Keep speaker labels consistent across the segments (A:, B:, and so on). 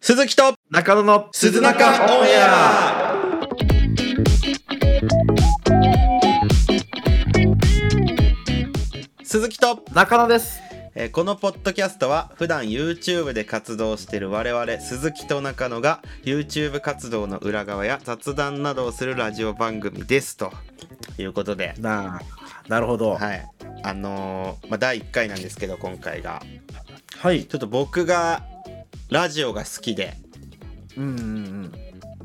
A: 鈴木と
B: 中野の
A: 鈴中オンエア鈴木と、
B: 中野です。
A: えーこのポッドキャストは普段 YouTube で活動している我々鈴木と中野が YouTube 活動の裏側や雑談などをするラジオ番組ですということで、
B: なあ、なるほど。
A: はい、あのーまあ、第1回なんですけど今回が
B: はい。
A: ちょっと僕がラジオが好きで
B: うんうん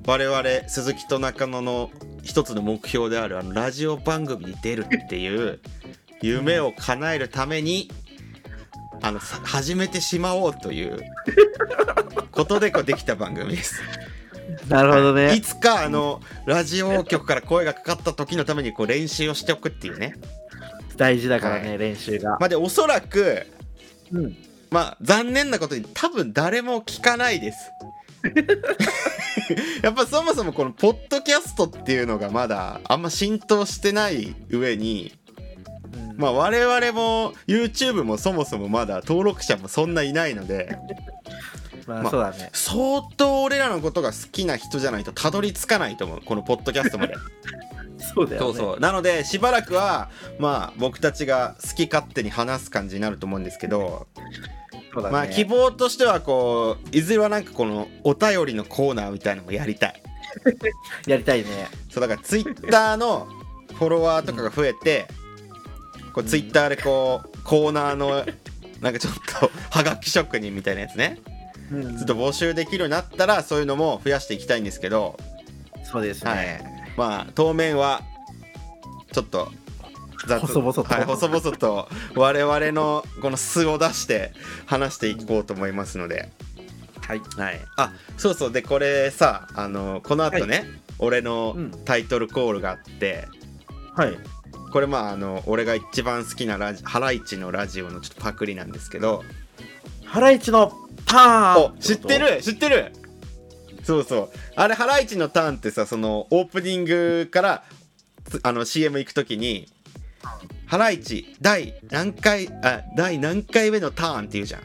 A: 我々鈴木と中野の一つの目標であるあのラジオ番組に出るっていう夢を叶えるためにあのさ始めてしまおうということでこうできた番組です。
B: うん。なるほど
A: い。つかあのラジオ局から声がかかった時のためにこう練習をしておくっていうね。
B: 大事だから
A: は
B: ね、練習が。
A: まあ、でおそらく
B: うん。
A: まあ残念なことに多分誰も聞かない です。やっぱそもそもこのポッドキャストっていうのがまだあんま浸透してない上に、まあ、我々も YouTube もそもそもまだ登録者もそんないないのでま
B: ま
A: あ
B: あ、そうだね。
A: 相当俺らのことが好きな人じゃないとたどり着かないと思うこのポッドキャストまで。
B: そうだ
A: そ
B: よ
A: う
B: ね。
A: そうなのでしばらくはまあ僕たちが好き勝手に話す感じになると思うんですけど。
B: そうだね。
A: まあ希望としてはこういずれはなんかこのお便りのコーナーみたいなのもやりたい
B: やりたいね。
A: そうだからツイッターのフォロワーとかが増えて、こうツイッターでこうコーナーのなんかちょっとはがき職人みたいなやつね
B: うん
A: ちょっと募集できるようになったらそういうのも増やしていきたいんですけど、
B: そうです
A: はい
B: ね。、
A: まあ当面はちょっと雑
B: 細々と
A: はい、細々と我々のこの素を出して話していこうと思いますので。
B: はい。
A: はい、あそうそうでこれさあのこのあとね、俺の
B: うん
A: タイトルコールがあって、
B: はい。
A: これまああの俺が一番好きなラジハライチのラジオのちょっとパクリなんですけど
B: ハライチのターン
A: お知ってる知ってるそうそうあれハライチのターンってさそのオープニングからつあの CM 行く時に「ハライチ第何回あ第何回目のターン」って言うじゃん。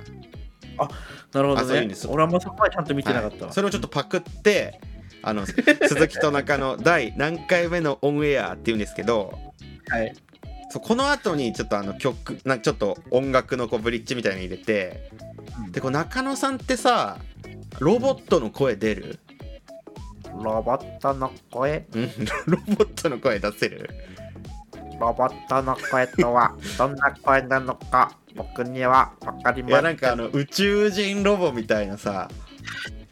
B: なるほ
A: あそうい
B: ど
A: うん
B: ね
A: です。
B: 俺はまそこはちゃんと見てなかった
A: はい
B: わ
A: そ。れをちょっとパクってあ の鈴木と中野第何回目のオンエアっていうんですけど
B: はい。
A: そうこの後にちょっとあの曲なんかちょっと音楽のこうブリッジみたいに入れて
B: うん
A: でこう中野さんってさロボットの声出る、
B: ロボットの声、
A: うん、 ロボットの声出せる
B: ロボットの声とは、どんな声なのか、僕にはわかり
A: い
B: ま
A: や
B: せ
A: なんかあの宇宙人ロボみたいなさ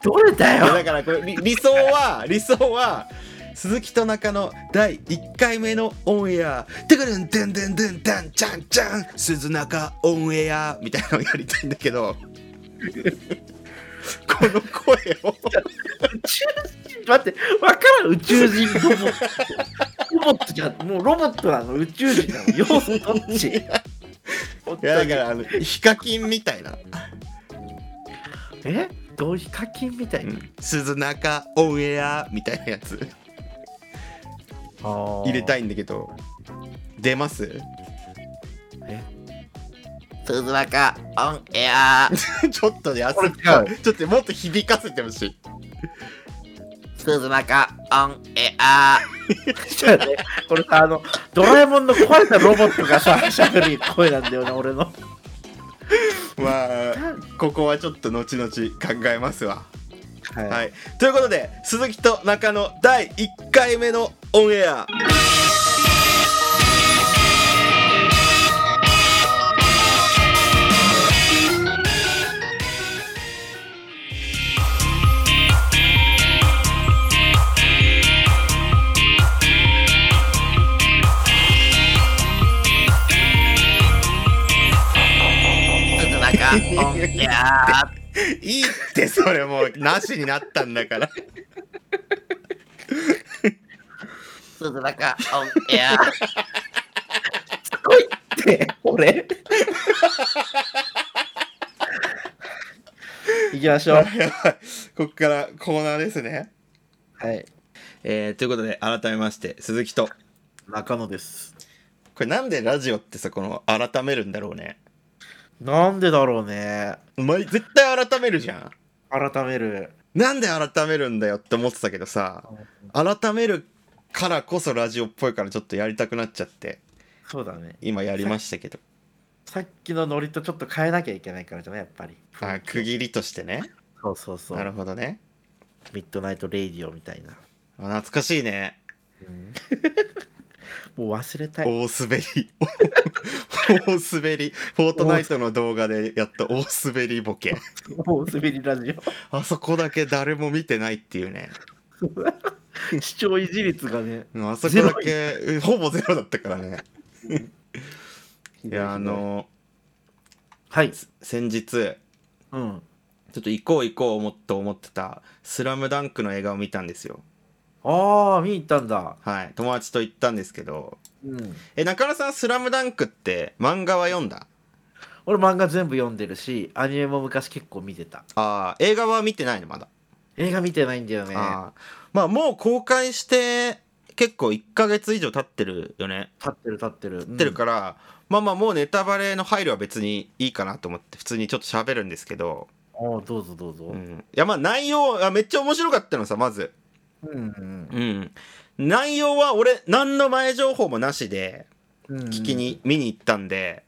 B: どれだ
A: い
B: よ
A: やだからこれ理理想 は理想は鈴木と中野第1回目のオンエア「てくるんてんてんてんてんちゃんちゃん鈴中オンエア」みたいなのをやりたいんだけ どこの声を
B: 宇宙人 待って分からん宇宙人ロボットロボットじゃんもうロボットなの宇宙人なの要素どっち
A: いやだからあのヒカキンみたいな
B: えどうヒカキンみたいな、
A: 「鈴中オンエア」みたいなやつ入れた
B: い
A: いんだけど出ます
B: 鈴中オンエア
A: ちょっと安
B: これ
A: い
B: 違う
A: ちょっともっと響かせてほしい
B: 鈴中オンエアそうだねこれさあのドラえもんの壊れたロボットがさしゃべる声なんだよね俺の
A: まあここはちょっと後々考えますわ
B: はい
A: はい、ということで鈴木と中野第1回目のオンエア
B: 鈴中オンエア
A: いいってそれもうなしになったんだから
B: 鈴中オンエア。すごいって、 俺。行きましょう。
A: やばい ここからコーナーですね、
B: はい。
A: えーということで改めまして鈴木と
B: 中野です。
A: これなんでラジオってさこの改めるんだろうね
B: なんでだろうね。
A: お前絶対改めるじゃん
B: 改める。
A: なんで改めるんだよって思ってたけどさ改めるからこそラジオっぽいからちょっとやりたくなっちゃって
B: そうだね。
A: 今やりましたけど
B: さっきのノリとちょっと変えなきゃいけないからじゃない、やっぱり。
A: あ区切りとしてね
B: そうそうそ
A: なる
B: う。
A: ほどね
B: ミッドナイト・レイディオみたいな。
A: あ懐かしいね
B: もう忘れたい。
A: 大滑り 大滑りフォートナイトの動画でやった大滑りボケ
B: もう滑りラジ
A: あそこだけ誰も見てないっていうね
B: オ。視聴維持率がね。
A: うんあそこだけほぼゼロだったからねいやあ、の
B: はい。
A: 先日
B: うん。
A: ちょっと行こう行こう思っと思ってた「スラムダンクの映画を見たんですよ
B: ああ、見に行ったんだ。
A: はい友達と行ったんですけど
B: うん。
A: え中野さん「スラムダンクって漫画は読んだ
B: 俺漫画全部読んでるし、アニメも昔結構見てた。
A: あー映画は見てないのまだ、
B: 映画見てないんだよね。
A: あーまあもう公開して結構1ヶ月以上経ってるよね
B: 立ってる立ってる。立
A: 経ってるから、まあまあもうネタバレの配慮は別にいいかなと思って普通にちょっと喋るんですけど、
B: ら。ああ、どうぞどうぞ。う。
A: うんん、いやまあ内容あめっちゃ面白かったのさまず
B: うん。
A: うん内容は俺何の前情報もなしで
B: うん、
A: 聞きに見に行ったんで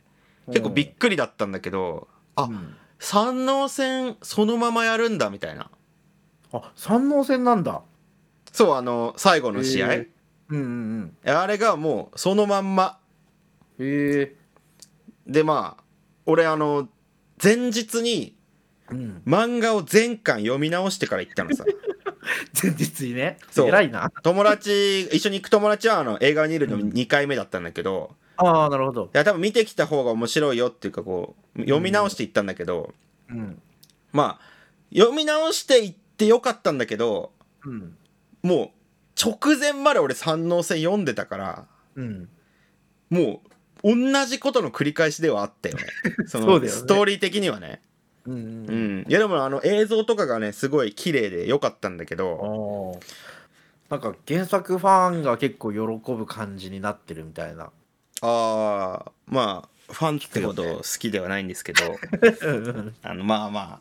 A: 結構びっくりだったんだけどあ
B: うん
A: 三能戦そのままやるんだみたいな
B: あ、三能戦なんだ。
A: そうあの最後の試合
B: へうんうん
A: あれがもうそのまんま
B: うん。へえ。
A: でまあ俺あの前日に
B: うん。
A: 漫画を全巻読み直してから行ったのさ
B: 前日にね。
A: そう
B: 偉いな。
A: 友達一緒に行く友達はあの映画にいるの2回目だったんだけど
B: ああ、なるほど。
A: いや多分見てきた方が面白いよっていうかこう読み直していったんだけど、
B: うん。
A: まあ読み直していってよかったんだけど
B: うん。
A: もう直前まで俺三能戦読んでたから
B: うん。
A: もう同じことの繰り返しではあった よねその
B: そうだよね
A: ストーリー的にはね、
B: う
A: う
B: ん。うん。
A: ん、いやでもあの映像とかがねすごい綺麗でよかったんだけど
B: ああ。なんか原作ファンが結構喜ぶ感じになってるみたい な。
A: ああまあファンってほど
B: そうね
A: 好きではないんですけ ど
B: うん
A: あのまあまあ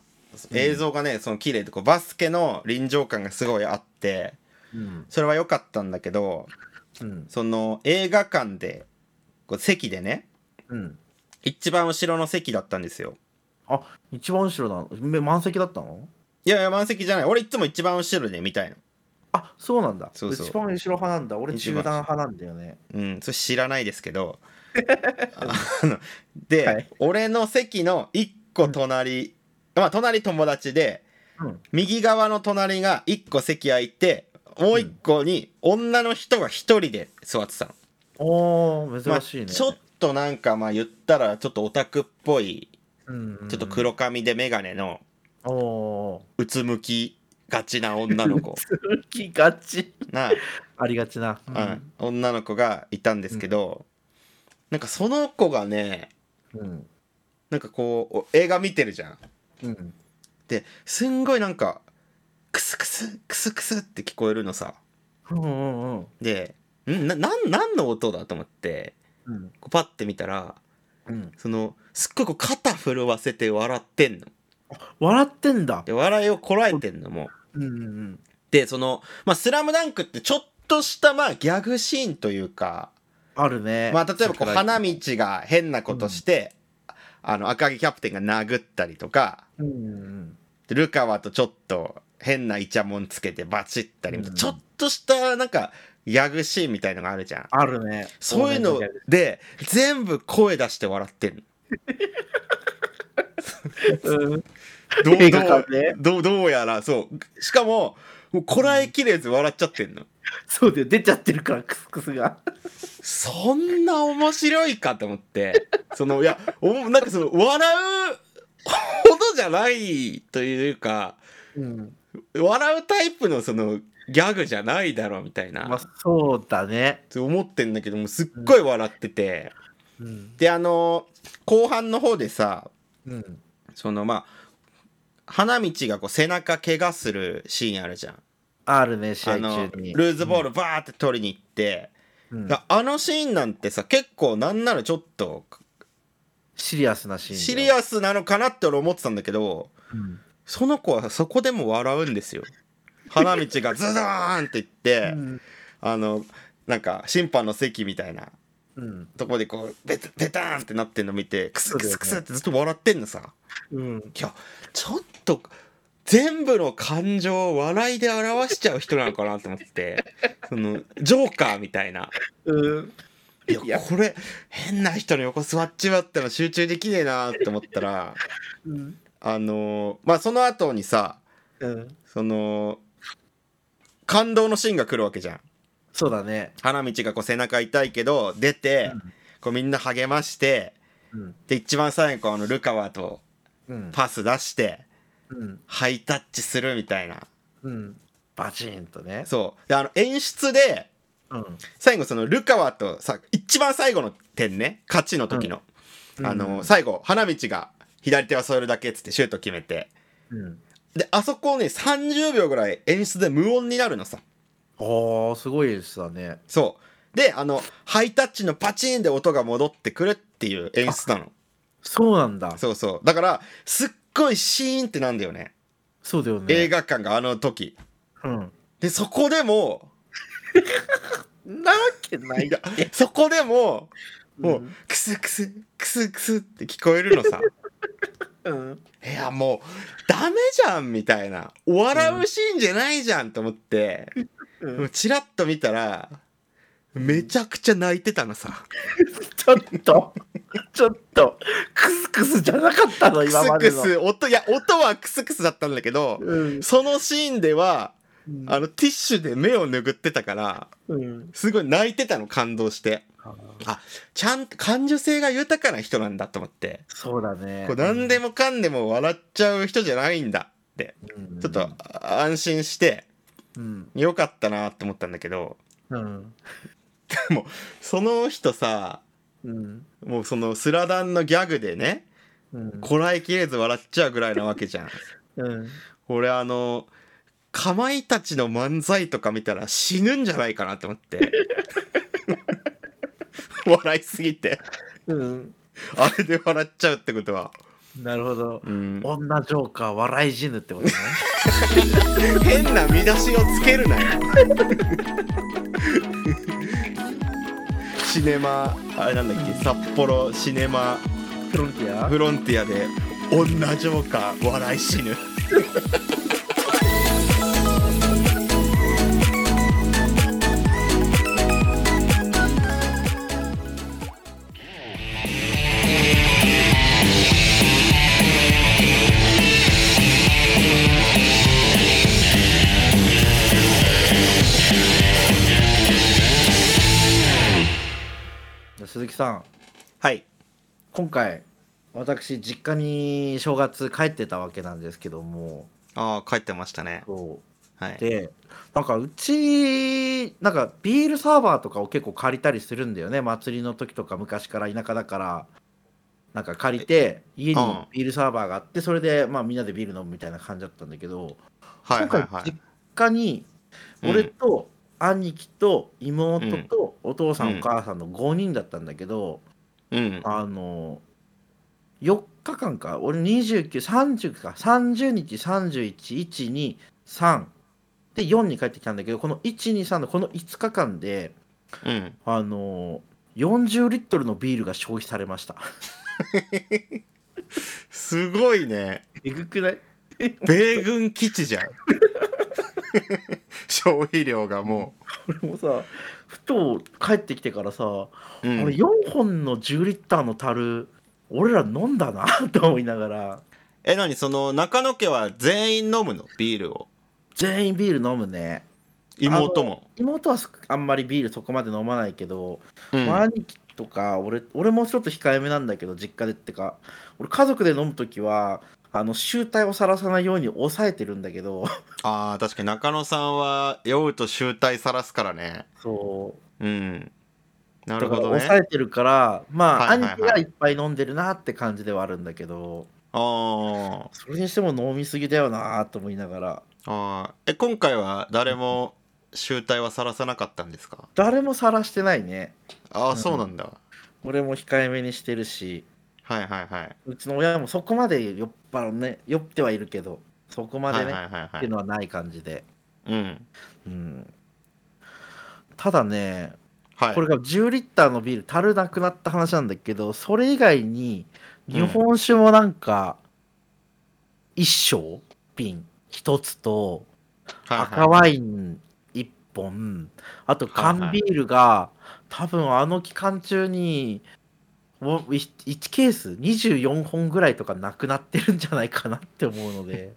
A: 映像がねその綺麗でこうバスケの臨場感がすごいあって
B: うん。
A: それは良かったんだけど
B: うん。
A: その映画館でこう席でね
B: うん。
A: 一番後ろの席だったんですよ
B: 一番後ろなのめ満席だったの
A: いやいや満席じゃない俺いつも一番後ろで見たいの
B: あそうなんだ
A: そうそう
B: 一番後ろ派なんだ俺
A: 一
B: 中
A: 番
B: 段派なんだよね
A: うんそれ知らないですけ どあので、
B: はい
A: 俺の席の一個隣、まあ隣友達で
B: うん
A: 右側の隣が一個席空いてもう一個に女の人が一人で座ってたの、
B: おー
A: まあ
B: 珍しいね、
A: ちょっとなんかまあ言ったらちょっとオタクっぽい
B: うんうん
A: ちょっと黒髪で眼鏡の
B: おー
A: うつむきがちな女の 子
B: 続きがち
A: な、
B: ありがちな、う
A: はい
B: ん
A: 女の子がいたんですけど、なんかその子がね
B: うん
A: なんかこうお映画見てるじゃん
B: うん、
A: ですんごいなんかクスクスクスクスって聞こえるのさ
B: うんうんうん
A: でんななんなんの音だと思って
B: うん
A: こうパッて見たら
B: うん
A: そのすっごいこう肩震わせて笑ってんの
B: 笑ってんだ
A: で笑いをこらえてんのもう
B: うんうん
A: でその「まあ、スラムダンクってちょっとしたまあギャグシーンというか、
B: あるね
A: まあ、例えばこう花
B: 見
A: 道が変なことして、あの赤木キャプテンが殴ったりとか
B: うんうん
A: でルカワとちょっと変なイチャモンつけてバチったりみたいな、
B: うん
A: ちょっとしたなんかギャグシーンみたいのがあるじゃん
B: あるね
A: そういうので全部声出して笑ってんの
B: うん
A: どう
B: 映画館で
A: どうどうやらそうしかももうこらえきれず笑っちゃってんの、
B: そうだよ出ちゃってるからクスクスが
A: そんな面白いかと思ってそのいやおなんかその笑うほどじゃないというか
B: うん
A: 笑うタイプのそのギャグじゃないだろうみたいな、
B: まあそうだね
A: って思ってんだけどもうすっごい笑ってて、
B: うん
A: であの後半の方でさ
B: うん
A: そのまあ花道がこう背中怪我するシーンあるじゃん
B: あるね試
A: あ
B: 合
A: の
B: 中に
A: ルーズボールバーって取りに行って、
B: うん
A: だあのシーンなんてさ結構なんならちょっと
B: シリアスなシーンだよ
A: シリアスなのかなって俺思ってたんだけど
B: うん
A: その子はそこでも笑うんですよ花道がズドーンっていって、
B: うん
A: あのなんか審判の席みたいな
B: うん
A: とこでこうベタベターンってなってんの見てクスクスク
B: そうだ
A: スっ
B: よね
A: てずっと笑ってんのさ
B: うん
A: いやちょっと全部の感情を笑いで表しちゃう人なのかなと思ってそのジョーカーみたいな
B: うん
A: いや
B: いや
A: これ変な人の横座っちまったの集中できねえなって思ったら
B: うん
A: あのーまあその後にさ
B: うん
A: その感動のシーンが来るわけじゃん
B: そうだね
A: 花道がこう背中痛いけど出て
B: うん
A: こうみんな励まして
B: うん
A: で一番最後にこうあのルカワと
B: うん
A: パス出して
B: うん
A: ハイタッチするみたいな
B: うんバチーンとね
A: そうであの演出で
B: うん
A: 最後そのルカワとさ一番最後の点ね勝ちの時の、
B: うん
A: あ
B: う
A: の
B: ん
A: 最後花道が左手は添えるだけっつってシュート決めて
B: うん
A: であそこね30秒ぐらい演出で無音になるのさ
B: おーすごいですだね
A: そうであのハイタッチのパチーンで音が戻ってくるっていう演出なの
B: そうなんだ
A: そうそうだからすっごいシーンってなんだよね
B: そうだよね
A: 映画館があの時
B: うん
A: でそこでも
B: なわけない
A: いやそこでもも
B: う
A: うんクスクスクスクスって聞こえるの さ
B: うん
A: いやもうダメじゃんみたいな笑うシーンじゃないじゃんと思って、
B: うん
A: チラッと見たらめちゃくちゃ泣いてたのさ
B: ちょっとちょっとクスクスじゃなかったの
A: ク
B: 今
A: ス
B: ま
A: ク
B: での
A: ス音いや音はクスクスだったんだけど
B: うん
A: そのシーンでは
B: うん
A: あのティッシュで目を拭ってたから
B: うん
A: すごい泣いてたの感動してちゃんと感受性が豊かな人なんだと思って
B: そうだね
A: こう何でもかんでも笑っちゃう人じゃないんだって
B: うん
A: ちょっとあ安心して
B: うん
A: よかったなって思ったんだけど
B: うん
A: その人さ
B: うん
A: もうそのスラダンのギャグでね
B: うん
A: こらえきれず笑っちゃうぐらいなわけじゃん。
B: うん
A: 俺あのかまいたちの漫才とか見たら死ぬんじゃないかなと思って 笑いすぎて
B: うん
A: あれで笑っちゃうってことは、
B: なるほど
A: うん、
B: 女ジョーカー笑い死ぬってこと ね
A: 変な見出しをつけるなよ シネマあれなんだっけ札幌シネマ
B: フロンテ ィア
A: フロンティアで女ジョーカー笑い死ぬ
B: 鈴木さん
A: はい
B: 今回私実家に正月帰ってたわけなんですけども
A: ああ帰ってましたね
B: そ
A: は
B: う
A: い
B: でなんかうちなんかビールサーバーとかを結構借りたりするんだよね祭りの時とか昔から田舎だからなんか借りて家に
A: うん
B: ビールサーバーがあってそれでまあみんなでビール飲むみたいな感じだったんだけど
A: はいはい
B: 今回
A: はい
B: 実家に俺と兄貴と妹とお父さん、
A: うん
B: お母さんの5人だったんだけど、
A: うん
B: あの4日間か俺2930か30日31123で4に帰ってきたんだけどこの123のこの5日間で
A: うん
B: あの40リットルのビールが消費されました
A: すごいね
B: えぐくない
A: 米軍基地じゃん 消費量がも
B: 俺もさふと帰ってきてからさ
A: う、う
B: 俺
A: ん
B: 4本の10リッターの樽俺ら飲んだな と思いながら
A: え何その中野家は全員飲むのビールを
B: 全員ビール飲むね
A: 妹も、
B: 妹はすあんまりビールそこまで飲まないけど、
A: うん
B: まあ兄貴とか俺俺もちょっと控えめなんだけど実家でってか俺家族で飲む時はあの集体をさらさないように抑えてるんだけど
A: あー確かに中野さんは酔うと集体さらすからね
B: そう
A: うんな
B: だ
A: る
B: か
A: ほ
B: ら
A: どね
B: 抑えてるからまあ、
A: はいはいはい
B: 兄貴がいっぱい飲んでるなって感じではあるんだけど
A: あー
B: それにしても飲みすぎだよなと思いながら
A: あーえ今回は誰も集体はさらさなかったんですか
B: 誰もさらしてないね
A: ああ
B: ん
A: そうなんだ、
B: 俺も控えめにしてるし
A: はいはいはいう
B: ちの親もそこまで酔っ払うね酔ってはいるけどそこまでね、
A: はいはいはい
B: っ
A: は
B: てい
A: いう
B: のはない感じで、
A: うん
B: うん、ただね
A: はい
B: これが10リッターのビール足るなくなった話なんだけどそれ以外に日本酒もなんか一升瓶一つと
A: はいはい
B: 赤ワイン一本あと缶ビールが多分あの期間中に1ケース24本ぐらいとかなくなってるんじゃないかなって思う ので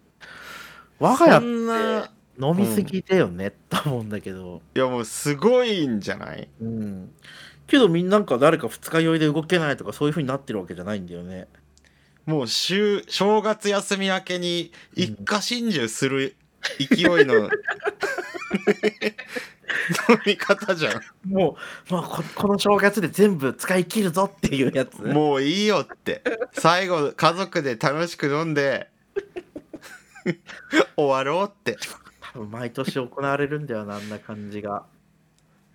B: 我が家
A: そ
B: って
A: んな
B: 飲みすぎだよねと思うんだけど、
A: いやもうすごいんじゃない
B: うん、けどみんななんか誰か二日酔いで動けないとかそういう風になってるわけじゃないんだよね
A: もう週正月休み明けに一家心中する勢いの、飲み方じゃん
B: もう、まあ、ここの正月で全部使い切るぞっていうやつ
A: もういいよって最後家族で楽しく飲んで終わろうって
B: 多分毎年行われるんだよなあんな感じが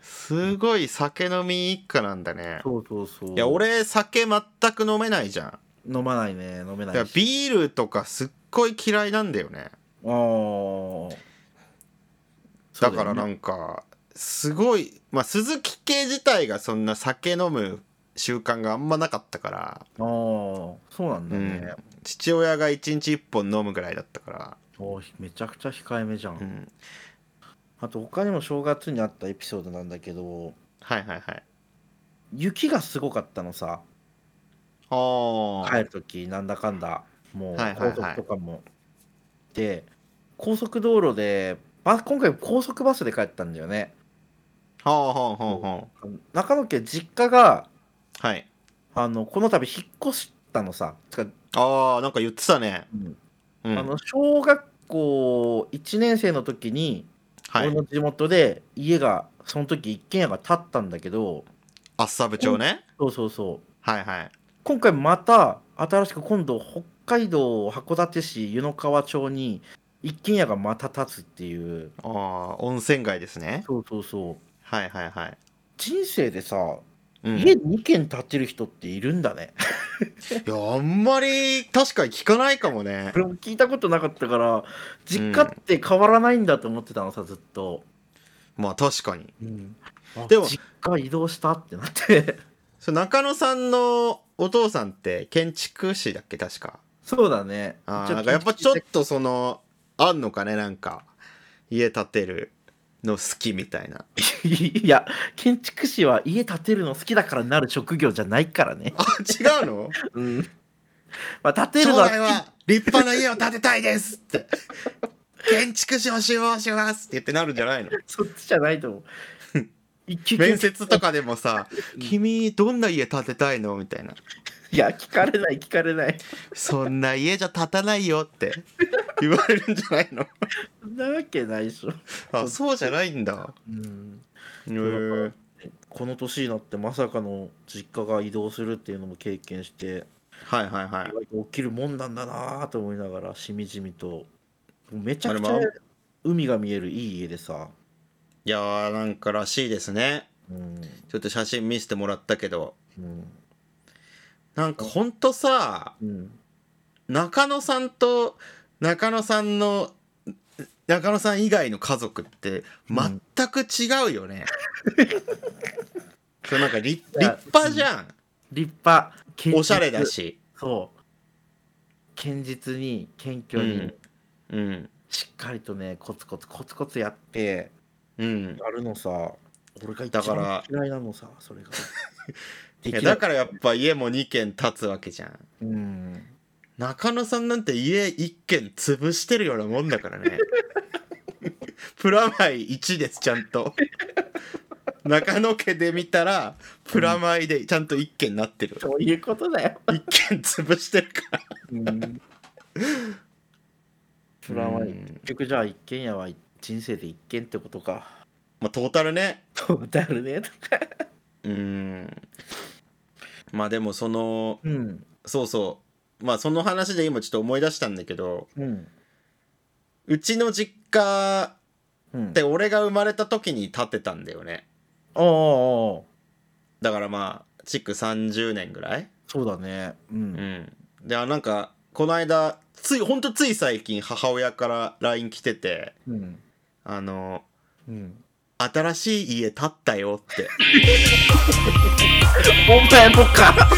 A: すごい酒飲み一家なんだね
B: そうそうそう
A: いや俺酒全く飲めないじゃん
B: 飲まないね飲め
A: だ
B: な
A: から
B: いし
A: ビールとかすっごい嫌いなんだよね
B: あーそ
A: だ
B: う
A: か
B: よ
A: ら
B: ね
A: なんかすごいまあ鈴木家自体がそんな酒飲む習慣があんまなかったから、
B: あーそうなんだね、
A: 父親が1日1本飲むぐらいだったから、
B: おーめちゃくちゃ控えめじゃん、
A: うん、
B: あと他にも正月にあったエピソードなんだけど
A: はいはいはい
B: 雪がすごかったのさ
A: ああ、
B: 帰る時なんだかんだもう
A: はいはいは
B: 高
A: い
B: 速とかも、で高速道路でバ今回高速バスで帰ったんだよね
A: はあはあはあは
B: あの中野家実家が
A: あはい
B: あのこの度引っ越したのさつか、
A: ああなんか言ってたね、うん、
B: あの小学校1年生の時に、
A: はい
B: 俺の地元で家がその時一軒家が建ったんだけど
A: あっさ部長ね、
B: そうそうそう
A: はいはい
B: 今回また新しく今度北海道函館市湯の川町に一軒家がまた建つっていう
A: ああ温泉街ですね
B: そうそうそう。
A: はいはいはい、
B: 人生でさ、
A: うん、
B: 家2軒建てる人っているんだね。
A: いやあんまり確かに聞かないかもね
B: これも聞いたことなかったから、実家って変わらないんだと思ってたのさ、ずっと。
A: まあ確かに
B: あ
A: でも
B: 実家移動したってなって。
A: そう中野さんのお父さんって建築士だっけ確か
B: そうだね。
A: あ
B: ち
A: ー
B: ょ
A: な
B: っ
A: ん
B: と
A: かやっぱちょっとそのあんのかねなんか家建てるの好きみたいない
B: や、建築士は家建てるの好きだからなる職業じゃないからね。
A: あ違う の
B: うん。 まあ、建てる
A: 将
B: の
A: 来
B: は、
A: は立派な家を建てたいですって建築士を志望しますって言ってなるんじゃない の
B: そっちじゃないと思う。 一級建
A: 面
B: 築
A: 接とかでもさ「君どんな家建てたいの?」みたいない
B: や、聞かれない、聞かれない。
A: 「そんな家じゃ建たないよ」 って言われるんじゃないの
B: そんなわけないでしょ。
A: あそうじゃないんだ
B: うん。
A: へー
B: この年になってまさかの実家が移動するっていうのも経験して
A: はいはいはい
B: 意外と起きるもんなんだなぁと思いながらしみじみとめちゃくち
A: あ
B: ゃ
A: れも
B: 海が見えるいい家でさ、
A: いやーなんからしいですね
B: うん
A: ちょっと写真見せてもらったけど
B: うん
A: なんかほんとさ
B: うん、
A: 中野さんと中野さんの中野さん以外の家族って全く違うよ ね、そうなんか立
B: いや
A: 立派じゃん、
B: 立派堅実
A: おしゃれだし
B: そう堅実に謙虚に、
A: うんうん
B: しっかりとねコツコツコツコツやって
A: うん
B: やるのさ俺が
A: だ
B: 一
A: から
B: 番嫌いなのさそれ が
A: い
B: で
A: や
B: き
A: だ
B: な
A: からやっぱ家も2軒建つわけじゃん
B: うん
A: 中野さんなんて家1軒潰してるようなもんだから ねプラマイ1ですちゃんと中野家で見たらプラマイでちゃんと1軒なってる
B: そういうことだよ
A: 1軒潰してるから
B: プラマイ
A: うん
B: 結局じゃあ一軒家は人生で一軒ってことか。
A: まあトータルね
B: トータルねとか。
A: うんまあでもその
B: うん。
A: そうそうまあその話で今ちょっと思い出したんだけど
B: うん。
A: うちの実家
B: うん
A: って、俺が生まれた時に建てたんだよね
B: ああ、
A: だからまあ築30年ぐらい
B: そうだね。う。
A: うんん、であなんかこの間ついほんとつい最近母親から LINE 来てて
B: うん
A: あの
B: うん、
A: 新しい家建ったよって
B: お前もかまあ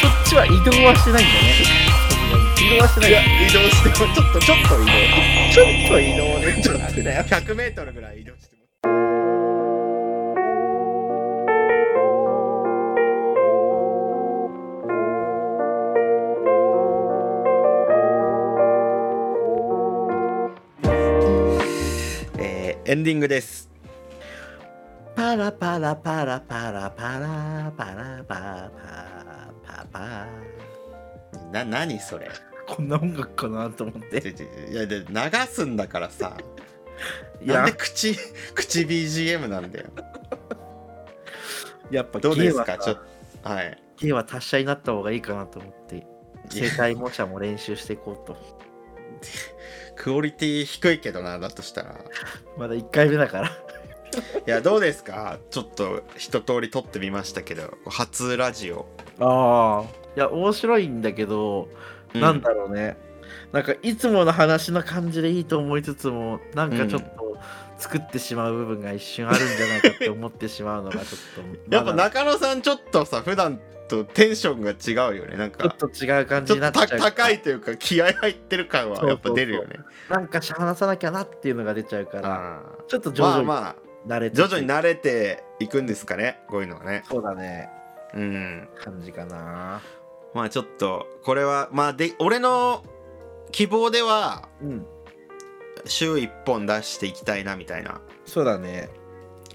B: そっちは移動はしてないんだね移動はしてない
A: いや移動してもちょっとちょっと移動
B: ちょっと移動ねちょっとだよ
A: 100m ぐらい移動してもえーエンディングです
B: パラパラパラパラパラパラパラパラパラ
A: な何それ
B: こんな音楽かなと思って
A: ちょちょいやで流すんだからさ
B: い
A: なん
B: や
A: で口 口 BGM なんだよ
B: やっぱ
A: どう
B: 芸
A: です
B: は
A: かちょっとはい
B: 芸は達者になった方がいいかなと思って生体模写も練習していこうと
A: クオリティ低いけどなだとしたら
B: まだ1回目だから
A: いやどうですかちょっと一通り撮ってみましたけど初ラジオ、
B: ああいや面白いんだけど、
A: う
B: なんだろうねなんかいつもの話の感じでいいと思いつつもなんかちょっと作ってしまう部分が一瞬あるんじゃないかって思ってしまうのがちょっ と
A: やっぱ
B: まだ
A: 中野さんちょっとさ普段とテンションが違うよねなん
B: ちょ
A: か
B: っと違う感
A: ちょ
B: じに
A: っ
B: な
A: と
B: っち
A: た
B: ゃうから
A: 高いというか気合入ってる感はやっぱ出るよね
B: なんか話さなきゃなっていうのが出ちゃうか
A: あ
B: らちょっと
A: ー
B: 徐
A: ま
B: 々
A: あ
B: に
A: まあ
B: 慣れてきて
A: 徐々に慣れていくんですかねこういうのはね
B: そうだね
A: うん
B: 感じかな
A: まあちょっとこれはまあで俺の希望では
B: うん
A: 週1本出していきたいなみたいな
B: そうだね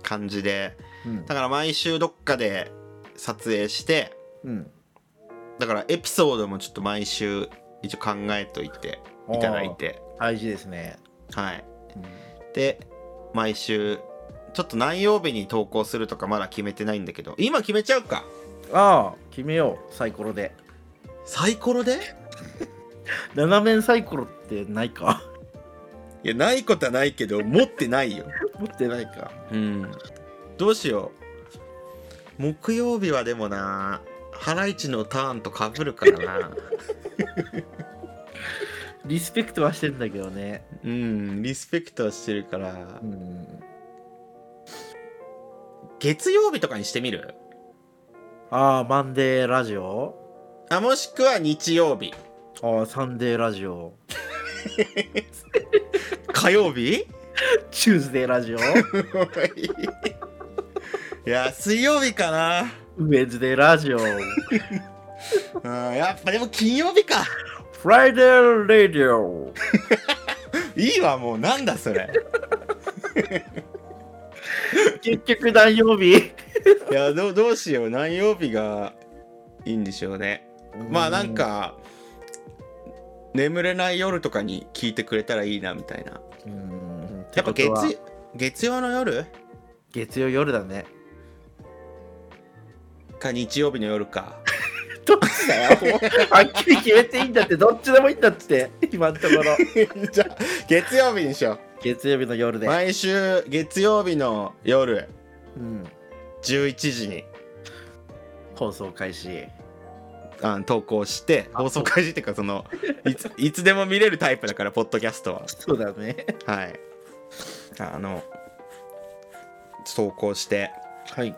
A: 感じで
B: うん
A: だから毎週どっかで撮影して
B: うん
A: だからエピソードもちょっと毎週一応考えといていただいて
B: あー大事ですね、
A: はいで毎週ちょっと何曜日に投稿するとかまだ決めてないんだけど今決めちゃうか
B: ああ決めようサイコロで
A: サイコロで
B: 斜面サイコロってないか
A: いやないことはないけど持ってないよ
B: 持ってないか
A: うんどうしよう木曜日はでもなハライチのターンとかぶるからな
B: リスペクトはしてんだけどね
A: うんリスペクトはしてるから
B: うん
A: 月曜日とかにしてみる
B: ああマンデーラジオ
A: あもしくは日曜日
B: ああサンデーラジオ
A: 火曜日
B: チューズデーラジ オ
A: いや水曜日かな
B: ウェンズデーラジオ
A: うんやっぱでも金曜日か
B: フライデーラジオ
A: いいわもうなんだそれ
B: 結局何曜日
A: いやどうどうしよう何曜日がいいんでしょうね まあなんか眠れない夜とかに聞いてくれたらいいなみたいな
B: うん
A: やっぱ
B: てことは
A: 月月曜の夜
B: 月曜夜だね
A: か日曜日の夜か
B: どっちだよもう はっきり決めていいんだってどっちでもいいんだって今のところ
A: じゃあ月曜日にしよ
B: 月曜日の夜
A: う
B: で、
A: 毎週月曜日の夜
B: うん、
A: 11時に
B: 放送開始
A: あの投稿して
B: あ
A: 放送開始っていうかそのいついつでも見れるタイプだからポッドキャストは
B: そうだね
A: はいあの投稿して
B: はい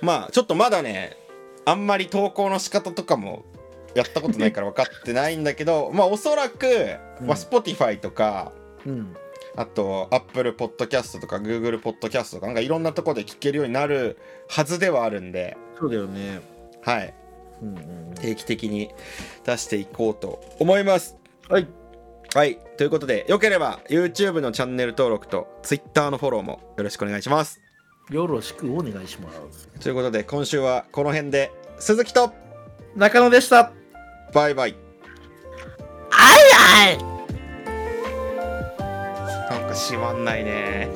A: まあちょっとまだねあんまり投稿の仕方とかもやったことないから分かってないんだけど まあおそらく、まあ、Spotify とか
B: うん
A: あと Apple Podcast とか Google Podcast とかなんかいろんなとこで聞けるようになるはずではあるんで
B: そうだよね
A: はい
B: うんうん
A: 定期的に出していこうと思います
B: はい
A: はい、ということで、よければ YouTube のチャンネル登録と Twitter のフォローもよろしくお願いします。
B: よろしくお願いします
A: ということで、今週はこの辺で、鈴木と
B: 中野でした
A: バイバイ。
B: はいはい
A: なんか閉まんないね。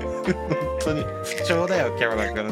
A: 本当に不調だよ、今日なんか